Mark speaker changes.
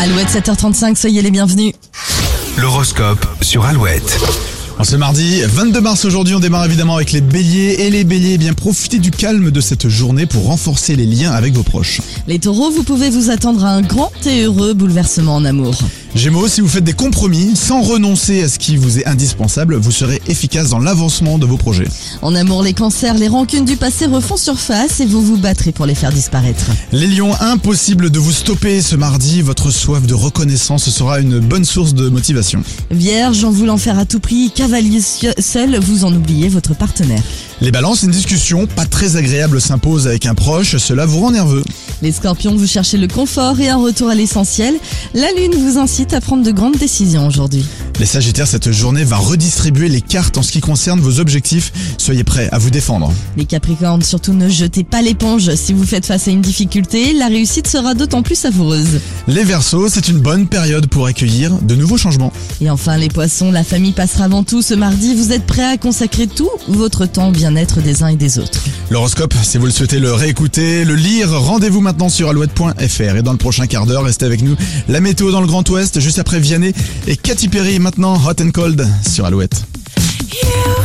Speaker 1: Alouette 7h35, soyez les bienvenus.
Speaker 2: L'horoscope sur Alouette.
Speaker 3: En ce mardi 22 mars aujourd'hui, on démarre évidemment avec les béliers et les béliers, eh bien profitez du calme de cette journée pour renforcer les liens avec vos proches.
Speaker 1: Les taureaux, vous pouvez vous attendre à un grand et heureux bouleversement en amour.
Speaker 3: Gémeaux, si vous faites des compromis sans renoncer à ce qui vous est indispensable, vous serez efficace dans l'avancement de vos projets.
Speaker 1: En amour, les cancers, les rancunes du passé refont surface et vous vous battrez pour les faire disparaître.
Speaker 3: Les lions, impossible de vous stopper ce mardi, votre soif de reconnaissance sera une bonne source de motivation.
Speaker 1: Vierge, en voulant faire à tout prix cavalier sie- seul, vous en oubliez votre partenaire.
Speaker 3: Les balances, une discussion pas très agréable s'impose avec un proche, cela vous rend nerveux.
Speaker 1: Les scorpions, vous cherchez le confort et un retour à l'essentiel. La lune vous incite à prendre de grandes décisions aujourd'hui.
Speaker 3: Les sagittaires, cette journée va redistribuer les cartes en ce qui concerne vos objectifs, soyez prêts à vous défendre.
Speaker 1: Les capricornes, surtout ne jetez pas l'éponge. Si vous faites face à une difficulté, la réussite sera d'autant plus savoureuse.
Speaker 3: Les Verseaux, c'est une bonne période pour accueillir de nouveaux changements.
Speaker 1: Et enfin les poissons, la famille passera avant tout ce mardi. Vous êtes prêts à consacrer tout votre temps au bien-être des uns et des autres.
Speaker 3: L'horoscope, si vous le souhaitez le réécouter, le lire, rendez-vous maintenant sur alouette.fr. Et dans le prochain quart d'heure, restez avec nous. La météo dans le Grand Ouest, juste après Vianney et Katy Perry, maintenant Hot and Cold sur Alouette.
Speaker 4: you